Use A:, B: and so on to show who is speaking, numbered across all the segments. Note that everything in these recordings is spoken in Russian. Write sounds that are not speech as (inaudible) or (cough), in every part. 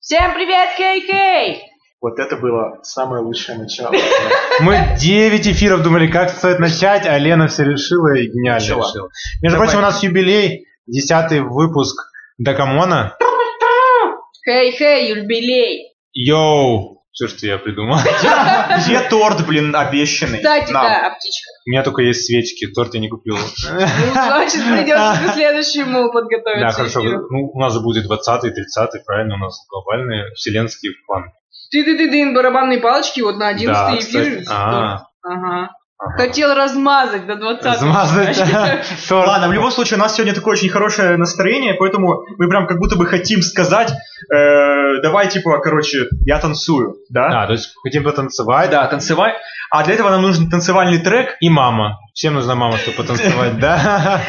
A: Всем привет, Кей Кей!
B: Вот это было самое лучшее начало.
C: Мы 9 эфиров думали, как стоит начать, а Лена все решила и гениально
B: Начала.
C: решила. Между
B: Давай.
C: прочим, у нас юбилей, десятый выпуск Дакамона.
A: Хей, хей, юбилей!
C: Йоу! Все, что я (laughs) придумал.
B: Где торт, блин, обещанный?
A: Кстати,
B: нам?
A: да, о птичках.
C: У меня только есть свечки, торт я не купил.
A: а,
C: (laughs)
A: Ну, значит, придется к следующему подготовиться.
C: Да, хорошо.
A: эфиру.
C: Ну, у нас же будет 20-й, 30-й, правильно, у нас глобальный вселенский план.
A: Ты-ты-ты-дын, барабанные палочки, вот на 11
C: Да,
A: эфир.
C: кстати, а,
A: Ага.
C: ага.
A: Хотел размазать до 20
C: Размазать
D: (laughs)
C: (laughs) торт.
D: Ладно, в любом случае, у нас сегодня такое очень хорошее настроение, поэтому мы прям как будто бы хотим сказать, э, давай, типа, короче, я танцую, да?
C: Да, то есть хотим потанцевать.
D: да, танцевай. А для этого нам нужен танцевальный трек.
C: И мама. Всем нужна мама, чтобы потанцевать, (laughs) да?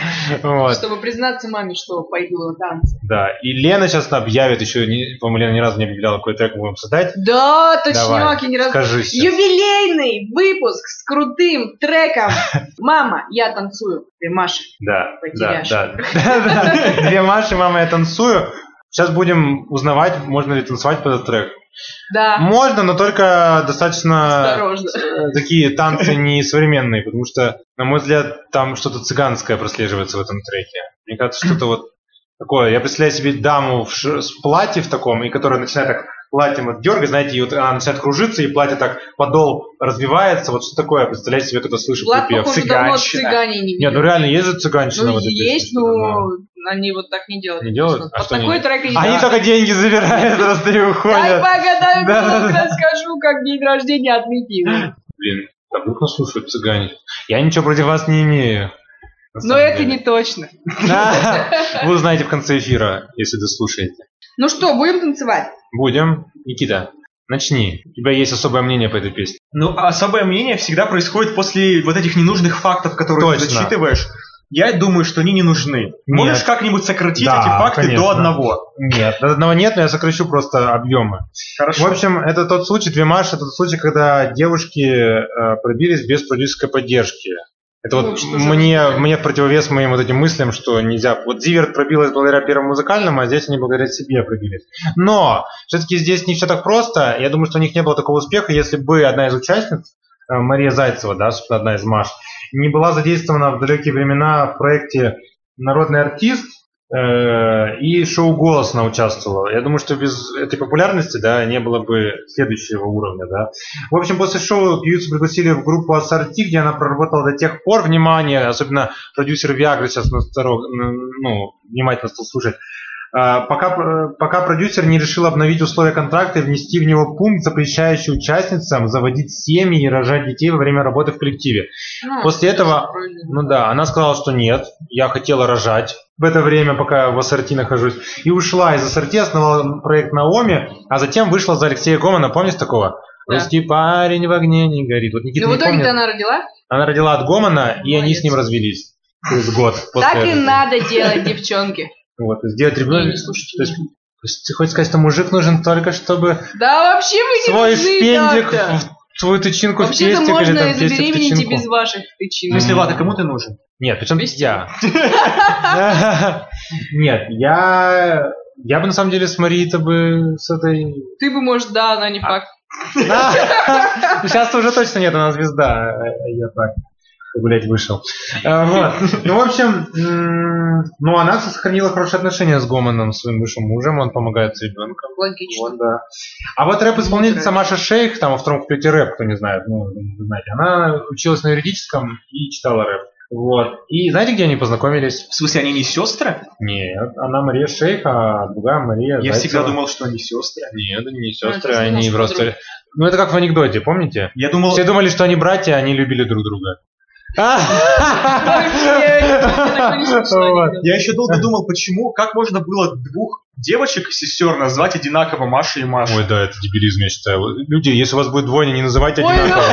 C: Вот.
A: Чтобы признаться маме, что пойду на танцы.
C: Да, и Лена сейчас объявит еще, не- по-моему, Лена ни разу не объявляла, какой трек мы будем обсуждать.
A: Да,
C: Давай,
A: точняк, я не раз...
C: Скажи сейчас.
A: Юбилейный выпуск с крутым
C: (laughs)
A: треком. Мама, я танцую. Ты, Маша,
C: Да, да, да.
A: потеряшка.
C: Да-да. (laughs) Две Маши, мама, я танцую. Сейчас будем узнавать, можно ли танцевать под этот трек.
A: Да,
C: Можно, но только достаточно
A: осторожно.
C: (laughs) э, такие танцы не современные, потому что, на мой взгляд, там что-то цыганское прослеживается в этом треке. Мне кажется, что-то вот такое. Я представляю себе даму в ш- с платье в таком, и которая начинает так платьем вот дергать, знаете, и вот она начинает кружиться, и платье так подол развивается. Вот что такое, представляете себе, когда слышит
A: Влад,
C: припев.
A: похоже, давно
D: цыганщина.
A: цыгане не видел.
C: Нет, ну реально, есть же цыганщина.
A: Ну,
C: вот эта
A: есть,
C: песня,
A: но они вот так не делают.
C: Не делают?
A: Под
C: А что они
A: такой
C: делают?
A: трек и не
C: Они
A: делают.
C: только деньги забирают, (laughs) просто и
A: Дай
C: уходят.
A: погадаю,
C: Да, да, да.
A: расскажу, как день рождения отметили.
C: Блин, а вдруг нас слушают цыгане? Я ничего против вас не имею.
A: Но
C: на самом
A: это
C: деле.
A: не точно.
C: Да. Вы узнаете в конце эфира, если дослушаете.
A: Ну что, будем танцевать?
C: Будем. Никита, начни. У тебя есть особое мнение по этой песне.
D: Ну, а особое мнение всегда происходит после вот этих ненужных фактов, которые ты
C: Точно.
D: зачитываешь. Я думаю, что они не нужны. Можешь
C: Нет.
D: как-нибудь сократить
C: Да,
D: эти факты
C: конечно.
D: до одного.
C: Нет, одного нет, но я сокращу просто объемы. В
D: Хорошо.
C: общем, это тот случай, две Маши, это тот случай, когда девушки э, пробились без продюсерской поддержки. Это
A: Ну,
C: вот
A: что за
C: мне,
A: разница?
C: мне в противовес моим вот этим мыслям, что нельзя. Вот Зиверт пробилась благодаря первому музыкальному, а здесь они благодаря себе пробились. Но все-таки здесь не все так просто. Я думаю, что у них не было такого успеха, если бы одна из участниц, э, Мария Зайцева, да, собственно, одна из Маш, не была задействована в далекие времена в проекте «Народный артист», э, и шоу «Голос» она участвовала. Я думаю, что без этой популярности, да, не было бы следующего уровня, да. В общем, после шоу певицу пригласили в группу «Ассорти», где она проработала до тех пор, внимание, особенно продюсер Виагры сейчас на ну, внимательно стал слушать, а, Пока, пр- пока продюсер не решил обновить условия контракта и внести в него пункт, запрещающий участницам заводить семьи и рожать детей во время работы в коллективе.
A: Ну,
C: После этого
A: правильно.
C: ну да, она сказала, что нет, я хотела рожать в это время, пока я в ассорти нахожусь. И ушла из ассорти, основала проект Наоми, а затем вышла за Алексея Гомана, помнишь такого?
A: Да.
C: Русский парень в огне не горит. Вот Никита
A: Ну, в
C: не помнит.
A: итоге-то она родила.
C: Она родила от Гомана, и они
A: Молодец.
C: с ним развелись через год. после
A: Так и Ну,
C: этого.
A: надо делать,
C: (laughs)
A: девчонки.
C: Вот, и сделать
A: Не,
C: ребенка.
A: не слушайте
C: То есть, то есть ты хочешь сказать, что мужик нужен только, чтобы
A: Да вообще вы не
C: свой
A: нужны,
C: шпендик,
A: ребята.
C: в твою тычинку в
A: Вообще-то
C: тестик или
A: можно
C: там тестик в
A: забеременеть и
C: тычинку?
A: без ваших
D: В
A: причин.
D: смысле, ладно, Ну, кому ты нужен?
C: Нет, причем
A: Вести.
C: я. Нет, я... Я бы на самом деле с Марией-то бы с этой... (laughs)
A: Ты бы, может, да, она не факт.
C: Сейчас уже точно нет, она звезда. а Я так гулять вышел. А, Вот. Ну, в общем, м, ну, она сохранила хорошие отношения с Гоманом, своим бывшим мужем, он помогает с ребенком.
A: Логично.
C: А. Вот, да. А вот рэп-исполнительница Маша Шейх, там во втором куплете рэп, кто не знает, ну, вы знаете, она училась на юридическом и читала рэп. Вот. И знаете, где они познакомились?
D: В смысле, они не сестры?
C: Нет, она Мария Шейх, а другая Мария
D: Я
C: Зайцева.
D: всегда думал, что они сестры.
C: Нет, они не
A: Ну, это
C: сестры,
A: всегда
C: они
A: наши
C: просто... Ну, это как в анекдоте, помните?
D: Я думал,
C: Все думали, что они братья, а они любили друг друга. (laughs) Вот.
D: Я еще долго думал, почему, как можно было двух девочек сестер назвать одинаково Маша и Маша.
C: Ой, да, это дебилизм, я считаю. Вот, Люди, если у вас будет двойня, не называйте
A: Ой, ну.
C: одинаково.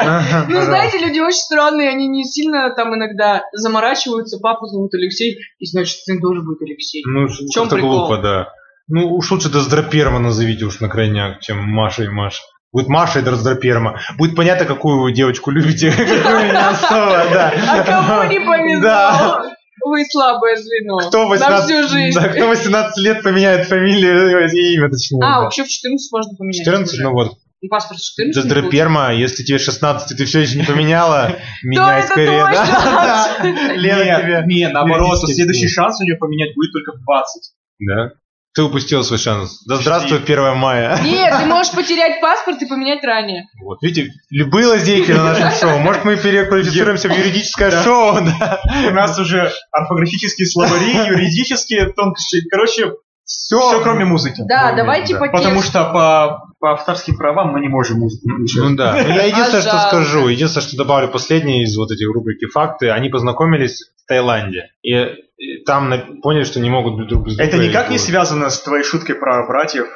C: Ага,
A: Ну,
C: пожалуйста.
A: знаете, люди очень странные, они не сильно там иногда заморачиваются, папу зовут Алексей, и значит, сын тоже будет Алексей.
C: Ну,
A: В чем
C: как-то
A: прикол?
C: глупо, да. Ну, уж лучше Доздраперма назовите уж на крайняк, чем Маша и Маша. Будет Маша и Доздраперма. Будет понятно, (laughs) какую вы девочку любите, какую меня особо, (laughs) да.
A: А кому А не повезло?
C: Да.
A: У вы слабое звено. А,
C: Кто
A: На
C: 18,
A: всю жизнь.
C: да, кто 18 лет поменяет фамилию и имя, точнее.
A: А,
C: да.
A: вообще в 14 можно поменять.
C: 14, ну вот.
A: Ну, Паспорт с 14.
C: Да,
A: получается.
C: Перма, если тебе 16, и ты все еще не
A: (laughs)
C: поменяла, меняй
A: это
C: скорее.
A: точно?
C: Да, да. Лена
D: Нет,
C: тебе.
D: Не, наоборот,
C: юридически
D: следующий
C: нет.
D: шанс у нее поменять будет только в 20.
C: (laughs) Да. Ты упустил свой шанс. Да
D: Почти.
C: здравствует 1 мая.
A: (laughs) Нет, ты можешь потерять паспорт и поменять ранее.
C: Вот, видите, любые лазейки на нашем шоу. Может, мы переквалифицируемся в юридическое шоу, да.
D: У нас уже орфографические
C: (laughs)
D: словари, юридические тонкости. Короче,
C: Все,
D: все кроме музыки.
A: Да,
C: Ой,
A: давайте
C: да.
A: по
D: Потому
A: тексту.
D: что по, по авторским правам мы не можем музыку включать.
C: Ну да. Ну, я единственное, что
A: Пожалуйста.
C: скажу, единственное, что добавлю последнее из вот этих рубрики «Факты», они познакомились в Таиланде. И, и там на- поняли, что не могут друг без друга.
D: Это никак не
C: вот.
D: связано с твоей шуткой про
C: (laughs)
D: братьев.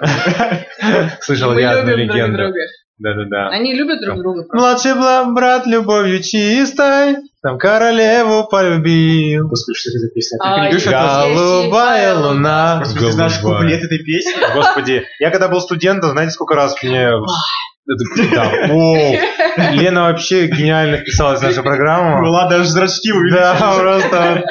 C: Слышал
A: Мы
C: я одну
A: любим друг
C: легенду.
A: друга.
C: Да-да-да.
A: Они любят друг
C: Ну,
A: друга.
C: Младший бла- брат любовью чистой, там королеву полюбил.
B: Господи, что это за песня?
A: А,
D: перейдешь
A: я-
D: это-
C: Голубая луна.
D: Господи, ты знаешь
C: голубая.
D: куплет этой песни?
C: Господи, я когда был студентом, знаете, сколько раз мне... это- да, воу. Лена вообще гениально вписалась в нашу программу.
D: Была даже зрачки
C: Да, просто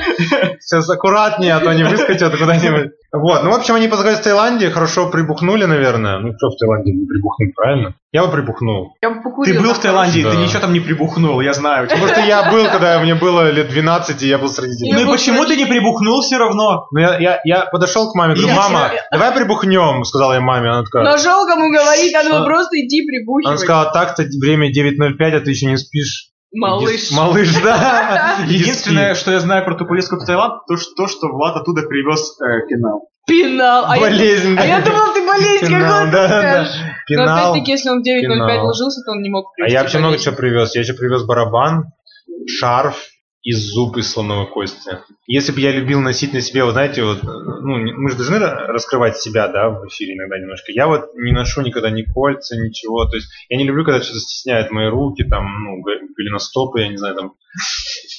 C: сейчас аккуратнее, а то они выскочат куда-нибудь. Вот, ну, в общем, они познакомились в Таиланде, хорошо прибухнули, наверное. Ну, кто в Таиланде не прибухнул, правильно? Я бы прибухнул.
A: Я бы покурила.
D: Ты был в Таиланде, ты
C: Да.
D: ничего там не прибухнул, я знаю.
C: Потому что я был, когда мне было лет 12, и я был с
A: Я
C: родителями.
D: Ну и
A: был
D: почему ты не прибухнул все равно?
C: Ну, я, я, я подошел к маме, говорю,
D: Я-
C: мама, давай прибухнем, сказала я маме. Она такая,
A: Нашел кому говорить, надо было
C: Что?
A: а просто иди
D: Ну,
C: она
A: прибухивать.
C: сказала, так-то время 9.05, а ты еще не спишь. Иди
A: Малыш.
C: с- Малыш,
A: (laughs)
C: да. Иди
D: Единственное,
C: спи.
D: что я знаю про ту поездку в Таиланд, то что, то, что Влад оттуда привез э, пенал.
A: Пенал. А я-
C: Болезнь.
A: А я думала, ты болезнь
C: Пенал,
A: какой-то
C: да, да.
A: скажешь. Но
C: Пенал.
A: опять-таки, если он в 9.05
C: Пенал.
A: ложился, то он не мог
C: А
A: привести
C: я вообще много
A: болезнь.
C: чего привез. Я еще привез барабан, шарф и зуб из слоновой кости. Если бы я любил носить на себе, вы знаете, вот, э, ну, не- мы же должны ра- раскрывать себя, да, в эфире иногда немножко. Я вот не ношу никогда ни кольца, ничего. То есть я не люблю, когда что-то стесняет мои руки, там, ну, г- голеностопы, я не знаю, там.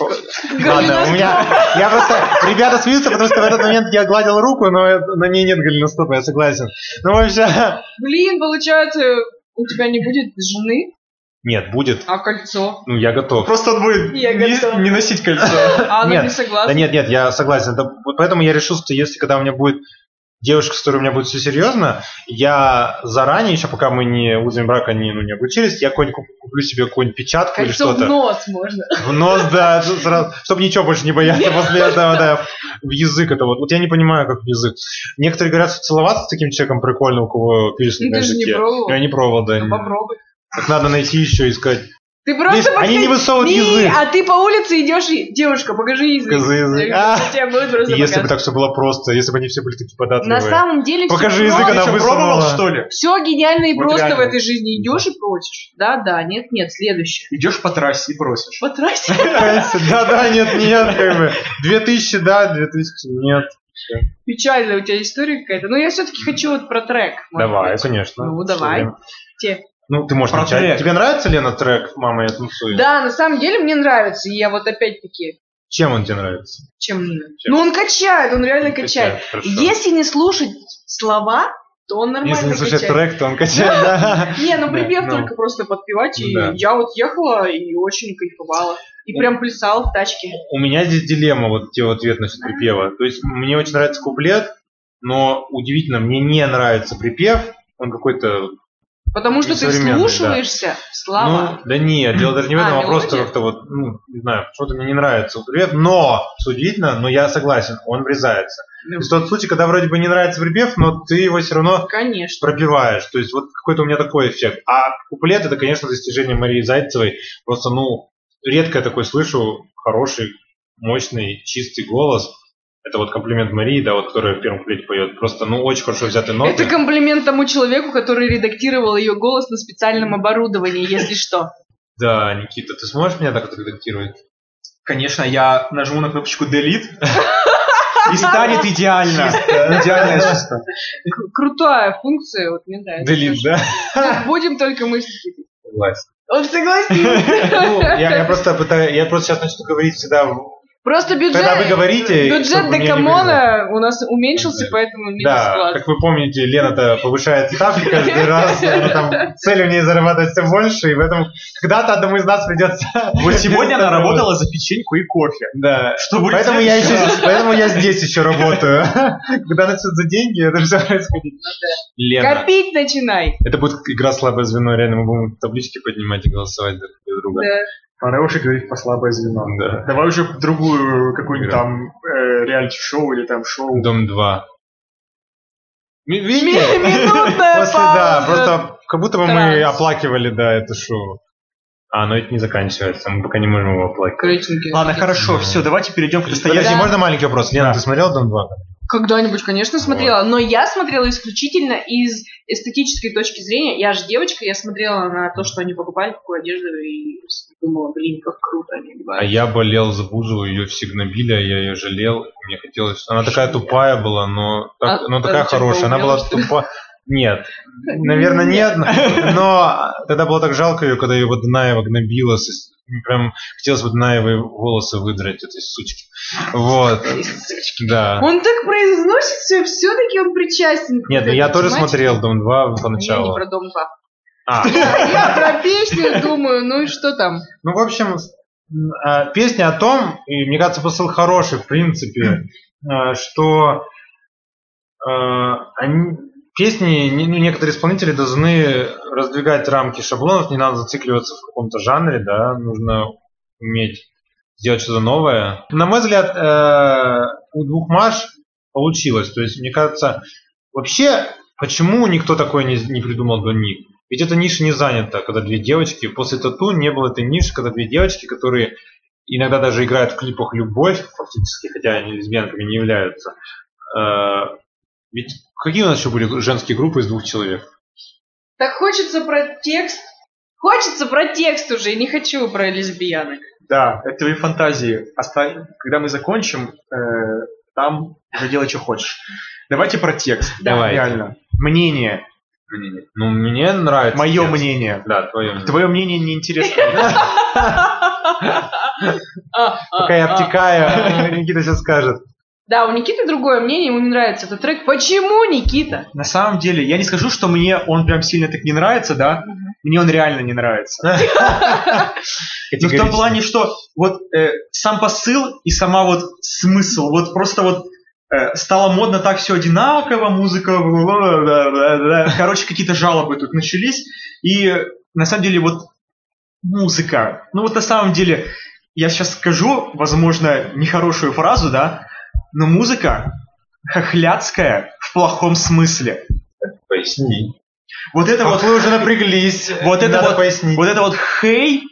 C: Ладно,
A: «Ну
C: у меня... Я просто... Ребята смеются, потому что в этот момент я гладил руку, но это- на ней нет голеностопа, я согласен. Ну, вообще...
A: (laughs) Блин, получается, у тебя не будет жены,
C: (laughs) Нет, будет.
A: а кольцо.
C: Ну, я готов.
D: Просто он будет
A: Я готова.
D: не, не носить (laughs) кольцо.
A: А она
C: Нет,
A: не
C: Да
A: согласна.
C: нет, нет, я согласен. Это- вот поэтому я решил, что если когда у меня будет девушка, с которой у меня будет все серьезно, я заранее, еще пока мы не узами брака не, ну, не обучились, я какой-нибудь куп- куплю себе какую-нибудь печатку или
A: Кольцо в
C: что-то.
A: нос можно.
C: В нос, да, с- сразу, чтобы ничего больше не бояться после этого, да, в язык это вот. Вот я не понимаю, как в язык. Некоторые говорят, что целоваться с таким человеком прикольно, у кого пирсинг
A: Ну,
C: на
A: ты же не
C: языке.
A: пробовал.
C: Я не пробовал, да.
A: Ну, Попробуй.
C: Так надо найти еще и сказать.
A: Ты просто
C: Видишь, они
A: подходи-
C: не высовывают
A: Не,
C: язык.
A: А ты по улице идешь и девушка, покажи язык.
C: Покажи
A: Я
C: язык.
A: говорю,
C: А.
A: тебе будут просто
C: Если бы
A: показывать.
C: так все было просто, если бы они все были такие
A: На
C: податливые.
A: самом деле
C: Покажи
A: все
C: язык,
D: Ты
C: она
D: что,
C: высунула.
D: пробовал, что ли?
A: Все гениально и
D: Вот
A: просто в
D: реально.
A: этой жизни идешь и просишь. Да, да, нет, нет, следующее.
D: Идешь по трассе и просишь.
A: Вот раз.
C: Да, да, нет, нет, как бы. 2000, да, 2000, нет.
A: Печальная у тебя история какая-то. Но я все-таки хочу вот про трек. может
C: Давай,
A: быть.
C: конечно.
A: Ну, давай. Те.
C: Ну, ты можешь
D: Про
C: начать.
D: трек.
C: Тебе нравится, Лена, трек «Мама, я танцую»?
A: Да, на самом деле мне нравится. И я вот опять-таки,
C: Чем он тебе нравится?
A: чем мне нравится?
C: Чем?
A: Ну, он качает, он реально
C: Он
A: качает.
C: хорошо.
A: Если не слушать слова, то он нормально
C: Если не слушать
A: качает.
C: трек, то
A: (laughs)
C: он качает, да.
A: Не, ну
C: Да,
A: припев
C: ну.
A: только просто подпевать. И
C: Да. Ну.
A: я вот ехала и очень кайфовала. И прям плясала в тачке.
C: У меня здесь дилемма, вот тебе в ответ насчет припева. То есть мне очень нравится куплет, но удивительно, мне не нравится припев. Он какой-то...
A: Потому что ты
C: Современный, да.
A: вслушиваешься в слова.
C: Ну, да нет, дело даже не в
A: А,
C: этом, а просто
A: мелодия?
C: как-то вот, ну, не знаю, почему-то мне не нравится припев. Но, что удивительно, но я согласен, он врезается.
A: Ну,
C: То есть тот случай, когда вроде бы не нравится припев, но ты его все равно
A: Конечно.
C: пропиваешь. То есть вот какой-то у меня такой эффект. А куплет это, конечно, достижение Марии Зайцевой. Просто, ну, редко я такой слышу хороший, мощный, чистый голос. Это вот комплимент Марии, да, вот которая в первом куплете поет. Просто, ну, очень хорошо взяты ноты.
A: Это комплимент тому человеку, который редактировал ее голос на специальном оборудовании, если что.
C: Да, Никита, ты сможешь меня так отредактировать?
D: Конечно, я нажму на кнопочку Delete. И станет идеально. Идеально чисто.
A: К- Крутая функция, вот мне нравится.
C: Делит, да?
A: Так, Будем только мы с Никитой.
C: Согласен.
A: Он
C: Ну, я, я (laughs)
A: согласился.
D: Ну,
C: Ну, просто пытаюсь, я просто сейчас начну говорить всегда в-
A: Просто бюджет...
C: Когда вы говорите,
A: Бюджет
C: чтобы меня не
A: Декамона у нас уменьшился, поэтому минус
C: Да,
A: 20.
C: как вы помните, Лена-то повышает ставки
A: (laughs)
C: каждый раз, а она там цель у нее зарабатывать все больше, и поэтому когда-то одному из нас придется...
D: Вот сегодня она работала за печеньку и кофе.
C: Да.
D: Что будет
C: Поэтому я, еще,
D: следующее?
C: (laughs) поэтому я здесь еще работаю. (laughs) Когда начнут за деньги, это все происходит.
A: Ну
C: Лена.
A: Копить начинай.
C: Это будет игра слабое звено, реально мы будем таблички поднимать и голосовать друг за друга.
A: Да.
D: Хороший говорит по слабое звено.
C: Да.
D: Давай уже другую какую-нибудь
C: Да.
D: там э, реалити-шоу или там шоу.
C: Дом 2.
A: Ми-
C: Видите?
A: Минутная
C: (laughs) После, да,
A: пауза.
C: просто как будто бы мы
A: Транс.
C: оплакивали, да, это шоу. А, но это не заканчивается, мы пока не можем его оплакивать.
A: Коротенькие.
D: Ладно, хорошо,
C: Да.
D: все, давайте перейдем к
C: Подожди,
D: настоящему.
C: можно маленький вопрос? Лена,
D: Да.
C: ты смотрел Дом 2?
A: Когда-нибудь, конечно, смотрела, но я смотрела исключительно из эстетической точки зрения. Я же девочка, я смотрела на то, что они покупали, какую одежду, и думала, блин, как круто они
C: А
A: одевают.
C: я болел за Бузову, ее все гнобили, а я ее жалел. Мне хотелось... Она такая тупая была, но, так-
A: А-
C: но такая
A: а ты
C: хорошая. Она была
A: поумнела, что ли?
C: тупая. Нет, наверное, нет,
A: (laughs)
C: но тогда было так жалко ее, когда ее Водонаева гнобила. с- Прям хотелось Водонаева и волосы выдрать этой сучки. Вот, да.
A: Он так произносится, все-таки он причастен. к
C: А. Нет,
A: вот
C: ну я
A: этой
C: тоже
A: тематике.
C: смотрел Дом 2
A: А Я не
C: поначалу.
A: про дом два.
C: А,
A: Я про песню
C: (laughs)
A: думаю, ну и что там?
C: Ну, в общем, с- м, а, песня о том, и мне кажется, посыл хороший, в принципе, а, что э, они- песни, не- ну, некоторые исполнители должны раздвигать рамки шаблонов, не надо зацикливаться в каком-то жанре, да, нужно уметь сделать что-то новое. На мой взгляд, э, у двух Маш получилось. То есть, мне кажется, вообще, почему никто такое не, не придумал до них? Ведь эта ниша не занята, когда две девочки. После тату не было этой ниши, когда две девочки, которые иногда даже играют в клипах любовь, фактически, хотя они лесбиянками не являются. Э, Ведь какие у нас еще были женские группы из двух человек?
A: Так хочется про текст. Хочется про текст уже, и не хочу про
C: (laughs)
A: лесбиянок.
D: Да, это твои фантазии. Оста- Когда мы закончим, э, там уже делай, что хочешь. Давайте про текст.
A: Да.
C: Давай.
D: Реально. Мнение.
C: Ну, мне нравится.
D: Мое
C: текст.
D: мнение.
C: Да, твое мнение.
D: Твое мнение неинтересно.
A: А, а,
C: Пока я
A: а. (laughs)
C: обтекаю, Никита сейчас скажет.
A: Да, у Никиты другое мнение, ему не нравится этот трек. Почему, Никита?
D: На самом деле, я не скажу, что мне он прям сильно так не нравится, да? Мне он реально не нравится. Ну, в том
C: Категорично.
D: плане, что вот э, сам посыл и сама вот смысл, вот просто вот э, стало модно так все одинаково, музыка, бла-бла-бла-бла-бла. короче, какие-то жалобы тут начались, и э, на самом деле вот музыка, ну вот на самом деле, я сейчас скажу, возможно, нехорошую фразу, да, но музыка хохляцкая в плохом смысле.
C: Поясни.
D: Вот это вот...
C: вот вы уже напряглись.
D: Вот это
C: Надо
D: вот-
C: пояснить.
D: Вот это вот хей,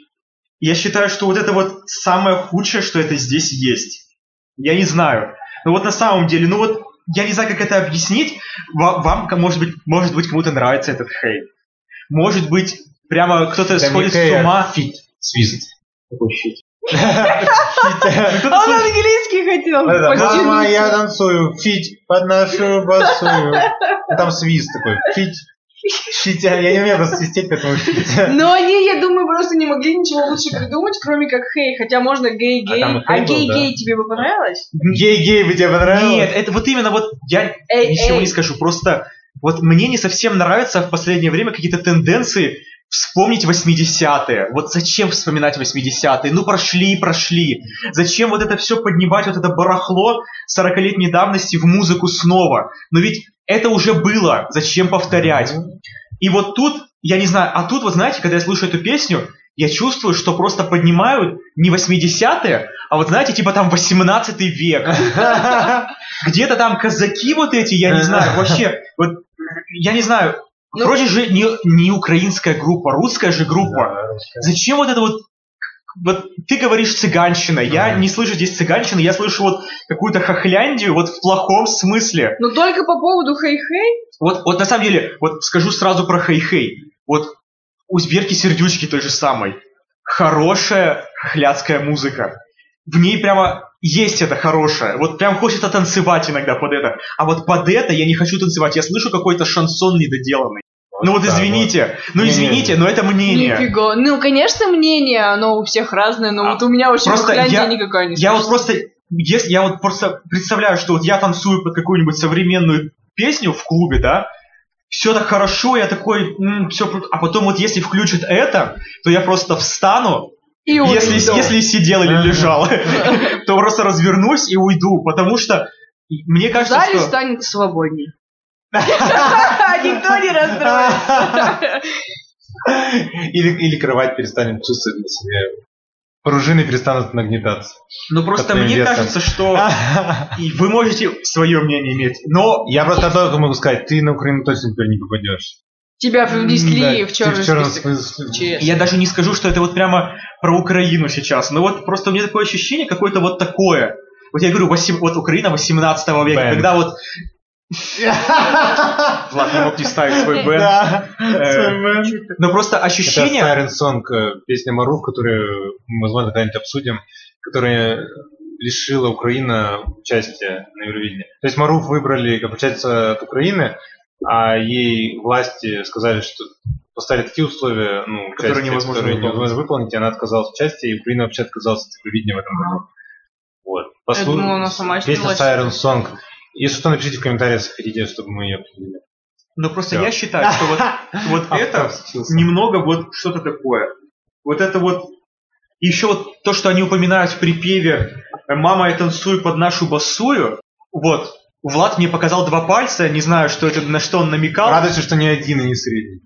D: я считаю, что вот это вот самое худшее, что это здесь есть. Я не знаю. Но вот на самом деле, ну вот я не знаю, как это объяснить. Ва- Вам, ко- может быть, может быть, кому-то нравится этот хей. Может быть, прямо кто-то
C: Да
D: сходит
C: не хей,
D: с
C: а
D: ума.
C: Фит. Свист. (laughs)
A: Он
C: А
A: английский хотел.
C: Да-да.
A: Почему?
C: Мама, я танцую, фить, подношу басую. Ну, Там свист такой, фить. Фить, а я не умею просто свистеть, поэтому фить.
A: Но они, я думаю, просто не могли ничего лучше придумать, кроме как хей. Хотя можно гей-гей.
C: А там и хей
A: А
C: был,
A: гей-гей тебе бы понравилось?
C: Гей-гей бы тебе понравилось?
D: Нет, это вот именно вот я
A: Эй,
D: ничего
A: эй.
D: не скажу. Просто вот мне не совсем нравятся в последнее время какие-то тенденции вспомнить 80-е. Вот зачем вспоминать 80-е? Ну прошли, прошли. Зачем вот это все поднимать, вот это барахло 40-летней давности в музыку снова? Но ведь это уже было. Зачем повторять? И вот тут, я не знаю, а тут, вот знаете, когда я слушаю эту песню, я чувствую, что просто поднимают не 80-е, а вот знаете, типа там 18 век. Где-то там казаки вот эти, я не знаю, вообще, вот, я не знаю,
A: Ну-
D: вроде же не, не украинская группа, русская же группа. Зачем вот это вот, вот ты говоришь цыганщина, я
C: Мгм.
D: не слышу здесь цыганщины, я слышу вот какую-то хохляндию, вот в плохом смысле.
A: Но Ну, только по поводу хей-хей.
D: Вот, вот на самом деле, вот скажу сразу про хей-хей. Вот узберки сердючки той же самой. Хорошая хляцкая музыка. В ней прямо есть это хорошее. Вот прям хочется танцевать иногда под это. А вот под это я не хочу танцевать. Я слышу какой-то шансон недоделанный. Ну вот
C: Да,
D: извините, ну
C: Не-не-не.
D: извините, но это мнение.
A: Нифига. Ну, конечно, мнение, оно у всех разное, но
D: А,
A: вот у меня вообще
D: просто
A: Финляндия
D: я-
A: никакая не
D: Я вот
A: слышится.
D: просто, если я вот просто представляю, что вот я танцую под какую-нибудь современную песню в клубе, да, все так хорошо, я такой, все, а потом вот если включат это, то я просто встану,
A: И
D: если,
A: уйду.
D: если сидел или
C: Ага.
D: лежал, то просто развернусь и уйду, потому что мне
A: В
D: кажется,
A: зале
D: что...
A: станет свободнее. Никто не расстроится.
C: Или, или кровать перестанет чувствовать на себе. Пружины перестанут нагнетаться.
D: Ну просто
C: Котлин
D: мне
C: Вестон.
D: кажется,
C: А.
D: что
C: Я
D: и вы можете свое мнение иметь, но
C: просто одно только могу сказать, ты на Украину точно теперь не попадешь.
A: Тебя
C: Да,
A: привнесли
C: ты
A: в черный список.
C: список.
A: Честно.
D: Я даже не скажу, что это вот прямо про Украину сейчас. Но вот просто у меня такое ощущение какое-то вот такое. Вот я говорю, восем- вот Украина 18 века,
C: Бэнд.
D: когда вот... Ладно, я мог ну не ставить свой бэнд.
C: Да, свой бэнд.
D: Э, Но просто
C: Это
D: ощущение...
C: Siren Song, э, песня Маруф, которую мы, возможно, когда-нибудь обсудим, которая лишила Украина участия на Евровидении. То есть Маруф выбрали, как получается, от Украины, а ей власти сказали, что поставили такие условия, ну,
D: Которые
C: участия,
D: невозможно
C: которые
D: выполнить.
C: невозможно выполнить, и она отказалась от участия, и Украина вообще отказалась от Евровидения в этом году. Вот. Послу-
A: думала, она сама
C: Песня
A: снялась.
C: Siren Song. Если что, напишите в комментариях, если хотите, чтобы мы ее обсудили.
D: Но просто
C: Всё. А,
D: я считаю, что вот- вот это немного вот что-то такое. Вот это вот... Еще вот то, что они упоминают в припеве «Мама, я танцую под нашу басую». Вот. Влад мне показал два пальца, не знаю, что это, на что он намекал.
C: Радуйся, что не один и не средний.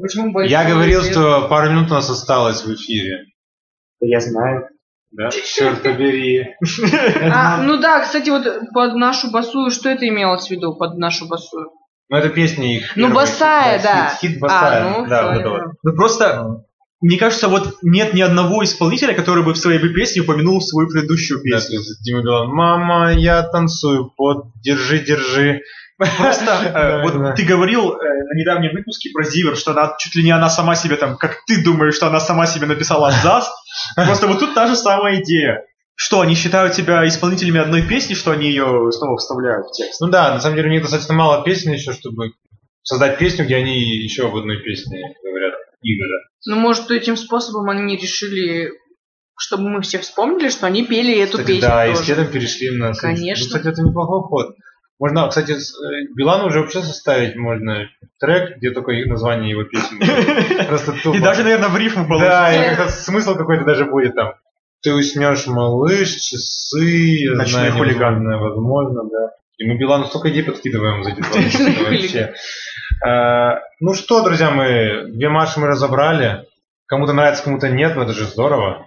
A: Почему большой
C: Я говорил,
A: известный?
C: что пару минут у нас осталось в эфире.
B: Я знаю.
C: Да? Черт побери.
A: (laughs) А, ну да, кстати, вот под нашу басую, что это имелось в виду под нашу басую?
C: Ну, это песня их.
A: Ну,
C: первая.
A: «Босая», да.
C: Хит, хит «Босая».
A: А, ну,
C: да,
A: всё,
C: вот
A: я
C: это вот.
A: поняла.
D: Ну просто, мне кажется, вот нет ни одного исполнителя, который бы в своей бы песне упомянул свою предыдущую
C: Да,
D: песню.
C: то есть Дима Билан, мама, я танцую под «Держи, держи».
D: Просто э,
C: Да, да.
D: вот ты говорил э, на недавнем выпуске про Зивер, что она чуть ли не она сама себе там, как ты думаешь, что она сама себе написала абзац. Просто вот тут та же самая идея. Что, они считают тебя исполнителями одной песни, что они ее снова вставляют в текст?
C: Ну да, на самом деле у них достаточно мало песен еще, чтобы создать песню, где они еще в одной песне говорят Игоря.
A: Ну, может, этим способом они решили, чтобы мы все вспомнили, что они пели эту
C: Кстати,
A: песню
C: да, и
A: тоже.
C: следом перешли на... слушать.
A: Конечно.
C: Ну, Кстати, это неплохой ход. Можно, кстати, с- э, Билану уже вообще составить можно трек, где только и название
D: (laughs)
C: его песни. Просто тупо.
D: И даже, наверное, в рифму получится.
C: Ну Да, и как-то смысл какой-то даже будет там. Ты уснешь, малыш, часы, я
D: Ночной
C: знаю,
D: хулиган.
C: невозможное, возможно, да. И мы Билану столько идей подкидываем за эти два месяца
A: Ночной
C: вообще. А, Ну что, друзья мы две Маши мы разобрали. Кому-то нравится, кому-то нет, но это же здорово.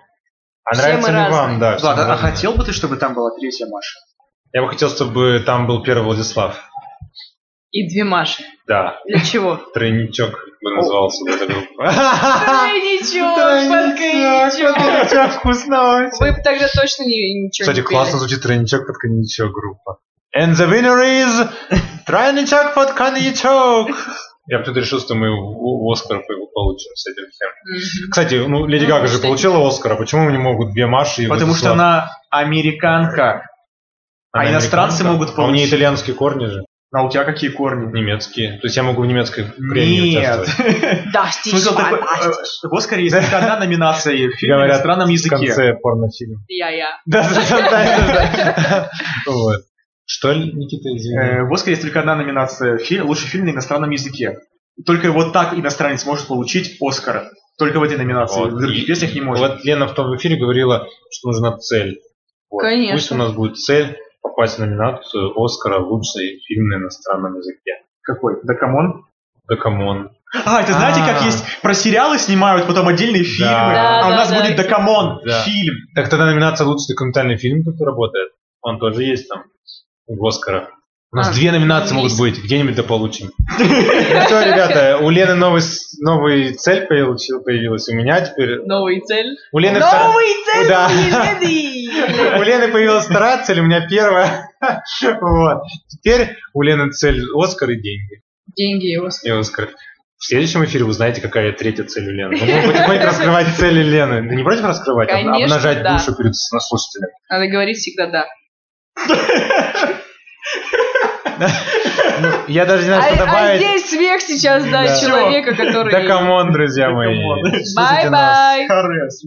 C: А
A: Все
C: нравится
A: мы
C: ли
A: разные.
C: вам, да. все мы
D: Влад, а
C: разные.
D: хотел бы ты, чтобы там была третья Маша?
C: Я бы хотел, чтобы там был первый Владислав.
A: И две Маши.
C: Да,
A: Для чего?
C: тройничок бы назывался бы эта группа.
A: Тройничок, (laughs)
C: Тройничок,
A: подгоничок.
C: тройничок, вкусно очень.
A: Вы бы тогда точно ни- ничего
C: Кстати,
A: не пели.
C: классно звучит тройничок под коньячок группа. And the winner is тройничок под коньячок. Я тут решил, что мы у- у Оскара по- получим с этим всем.
A: Мгм.
C: Кстати, ну Леди
A: Ну,
C: Гага же
A: кстати.
C: получила Оскара. Почему не могут две Маши и
D: Потому что
C: Владислав?
D: она американка. а
C: Она
D: иностранцы
C: американка.
D: могут
C: А у нее
D: получить.
C: итальянские корни же.
D: А у тебя какие корни?
C: Немецкие. То есть я могу в немецкой премии
D: Нет.
C: участвовать. (laughs)
A: Да, стих,
D: Смысл такой,
A: фантастика.
D: э, что в Оскаре есть только одна номинация в фильме на
C: Говорят,
D: иностранном
C: В
D: языке. (laughs)
C: конце порнофильма.
A: Я-я.
C: Да, да, да, да, да. Вот. Что, Никита, (laughs) извини?
D: Э, В Оскаре есть только одна номинация фи- лучший фильм на иностранном языке. Только вот так иностранец может получить Оскара. Только в этой номинации.
C: Вот.
D: В других песнях не может.
C: Вот Лена в том эфире говорила, что нужна цель. Вот.
A: Конечно.
C: Пусть у нас будет цель попасть в номинацию Оскара лучший фильм на иностранном языке.
D: Какой? Да камон.
C: Да камон.
D: А, это знаете, как
C: А.
D: есть про сериалы снимают, потом отдельные фильмы.
C: Да,
D: а у
A: да,
D: нас
A: да.
D: будет да камон
C: Да.
D: фильм.
C: Так тогда номинация лучший документальный фильм тут работает. Он тоже есть там в Оскара. У нас
A: А,
C: две номинации
A: ну,
C: могут
A: есть.
C: быть,
A: (laughs)
C: где-нибудь дополучим. Ну что, ребята, у Лены новый, с- новый цель появился- появилась. У меня теперь...
A: Новый цель.
C: У Лены, втор-
A: Новый цель!
C: Да. (laughs)
A: Елены!
C: у Лены появилась вторая цель, у меня первая. Вот. Теперь у Лены цель Оскар и деньги.
A: Деньги его.
C: И Оскар. В следующем эфире вы узнаете, какая третья цель у Лены. Ну, Мы будем потихоньку раскрывать цели Лены. Да не против раскрывать, а
A: Конечно,
C: обнажать
A: да.
C: душу перед с- слушателем.
A: Она говорит всегда да.
C: Ну, Я даже не
A: А,
C: знаю, что
A: а
C: добавить.
A: здесь смех сейчас, да,
C: Да.
A: человека, который...
C: Да камон, друзья
D: Да
C: мои.
D: камон.
C: Слушайте нас.
A: Бай-бай!
D: Харес.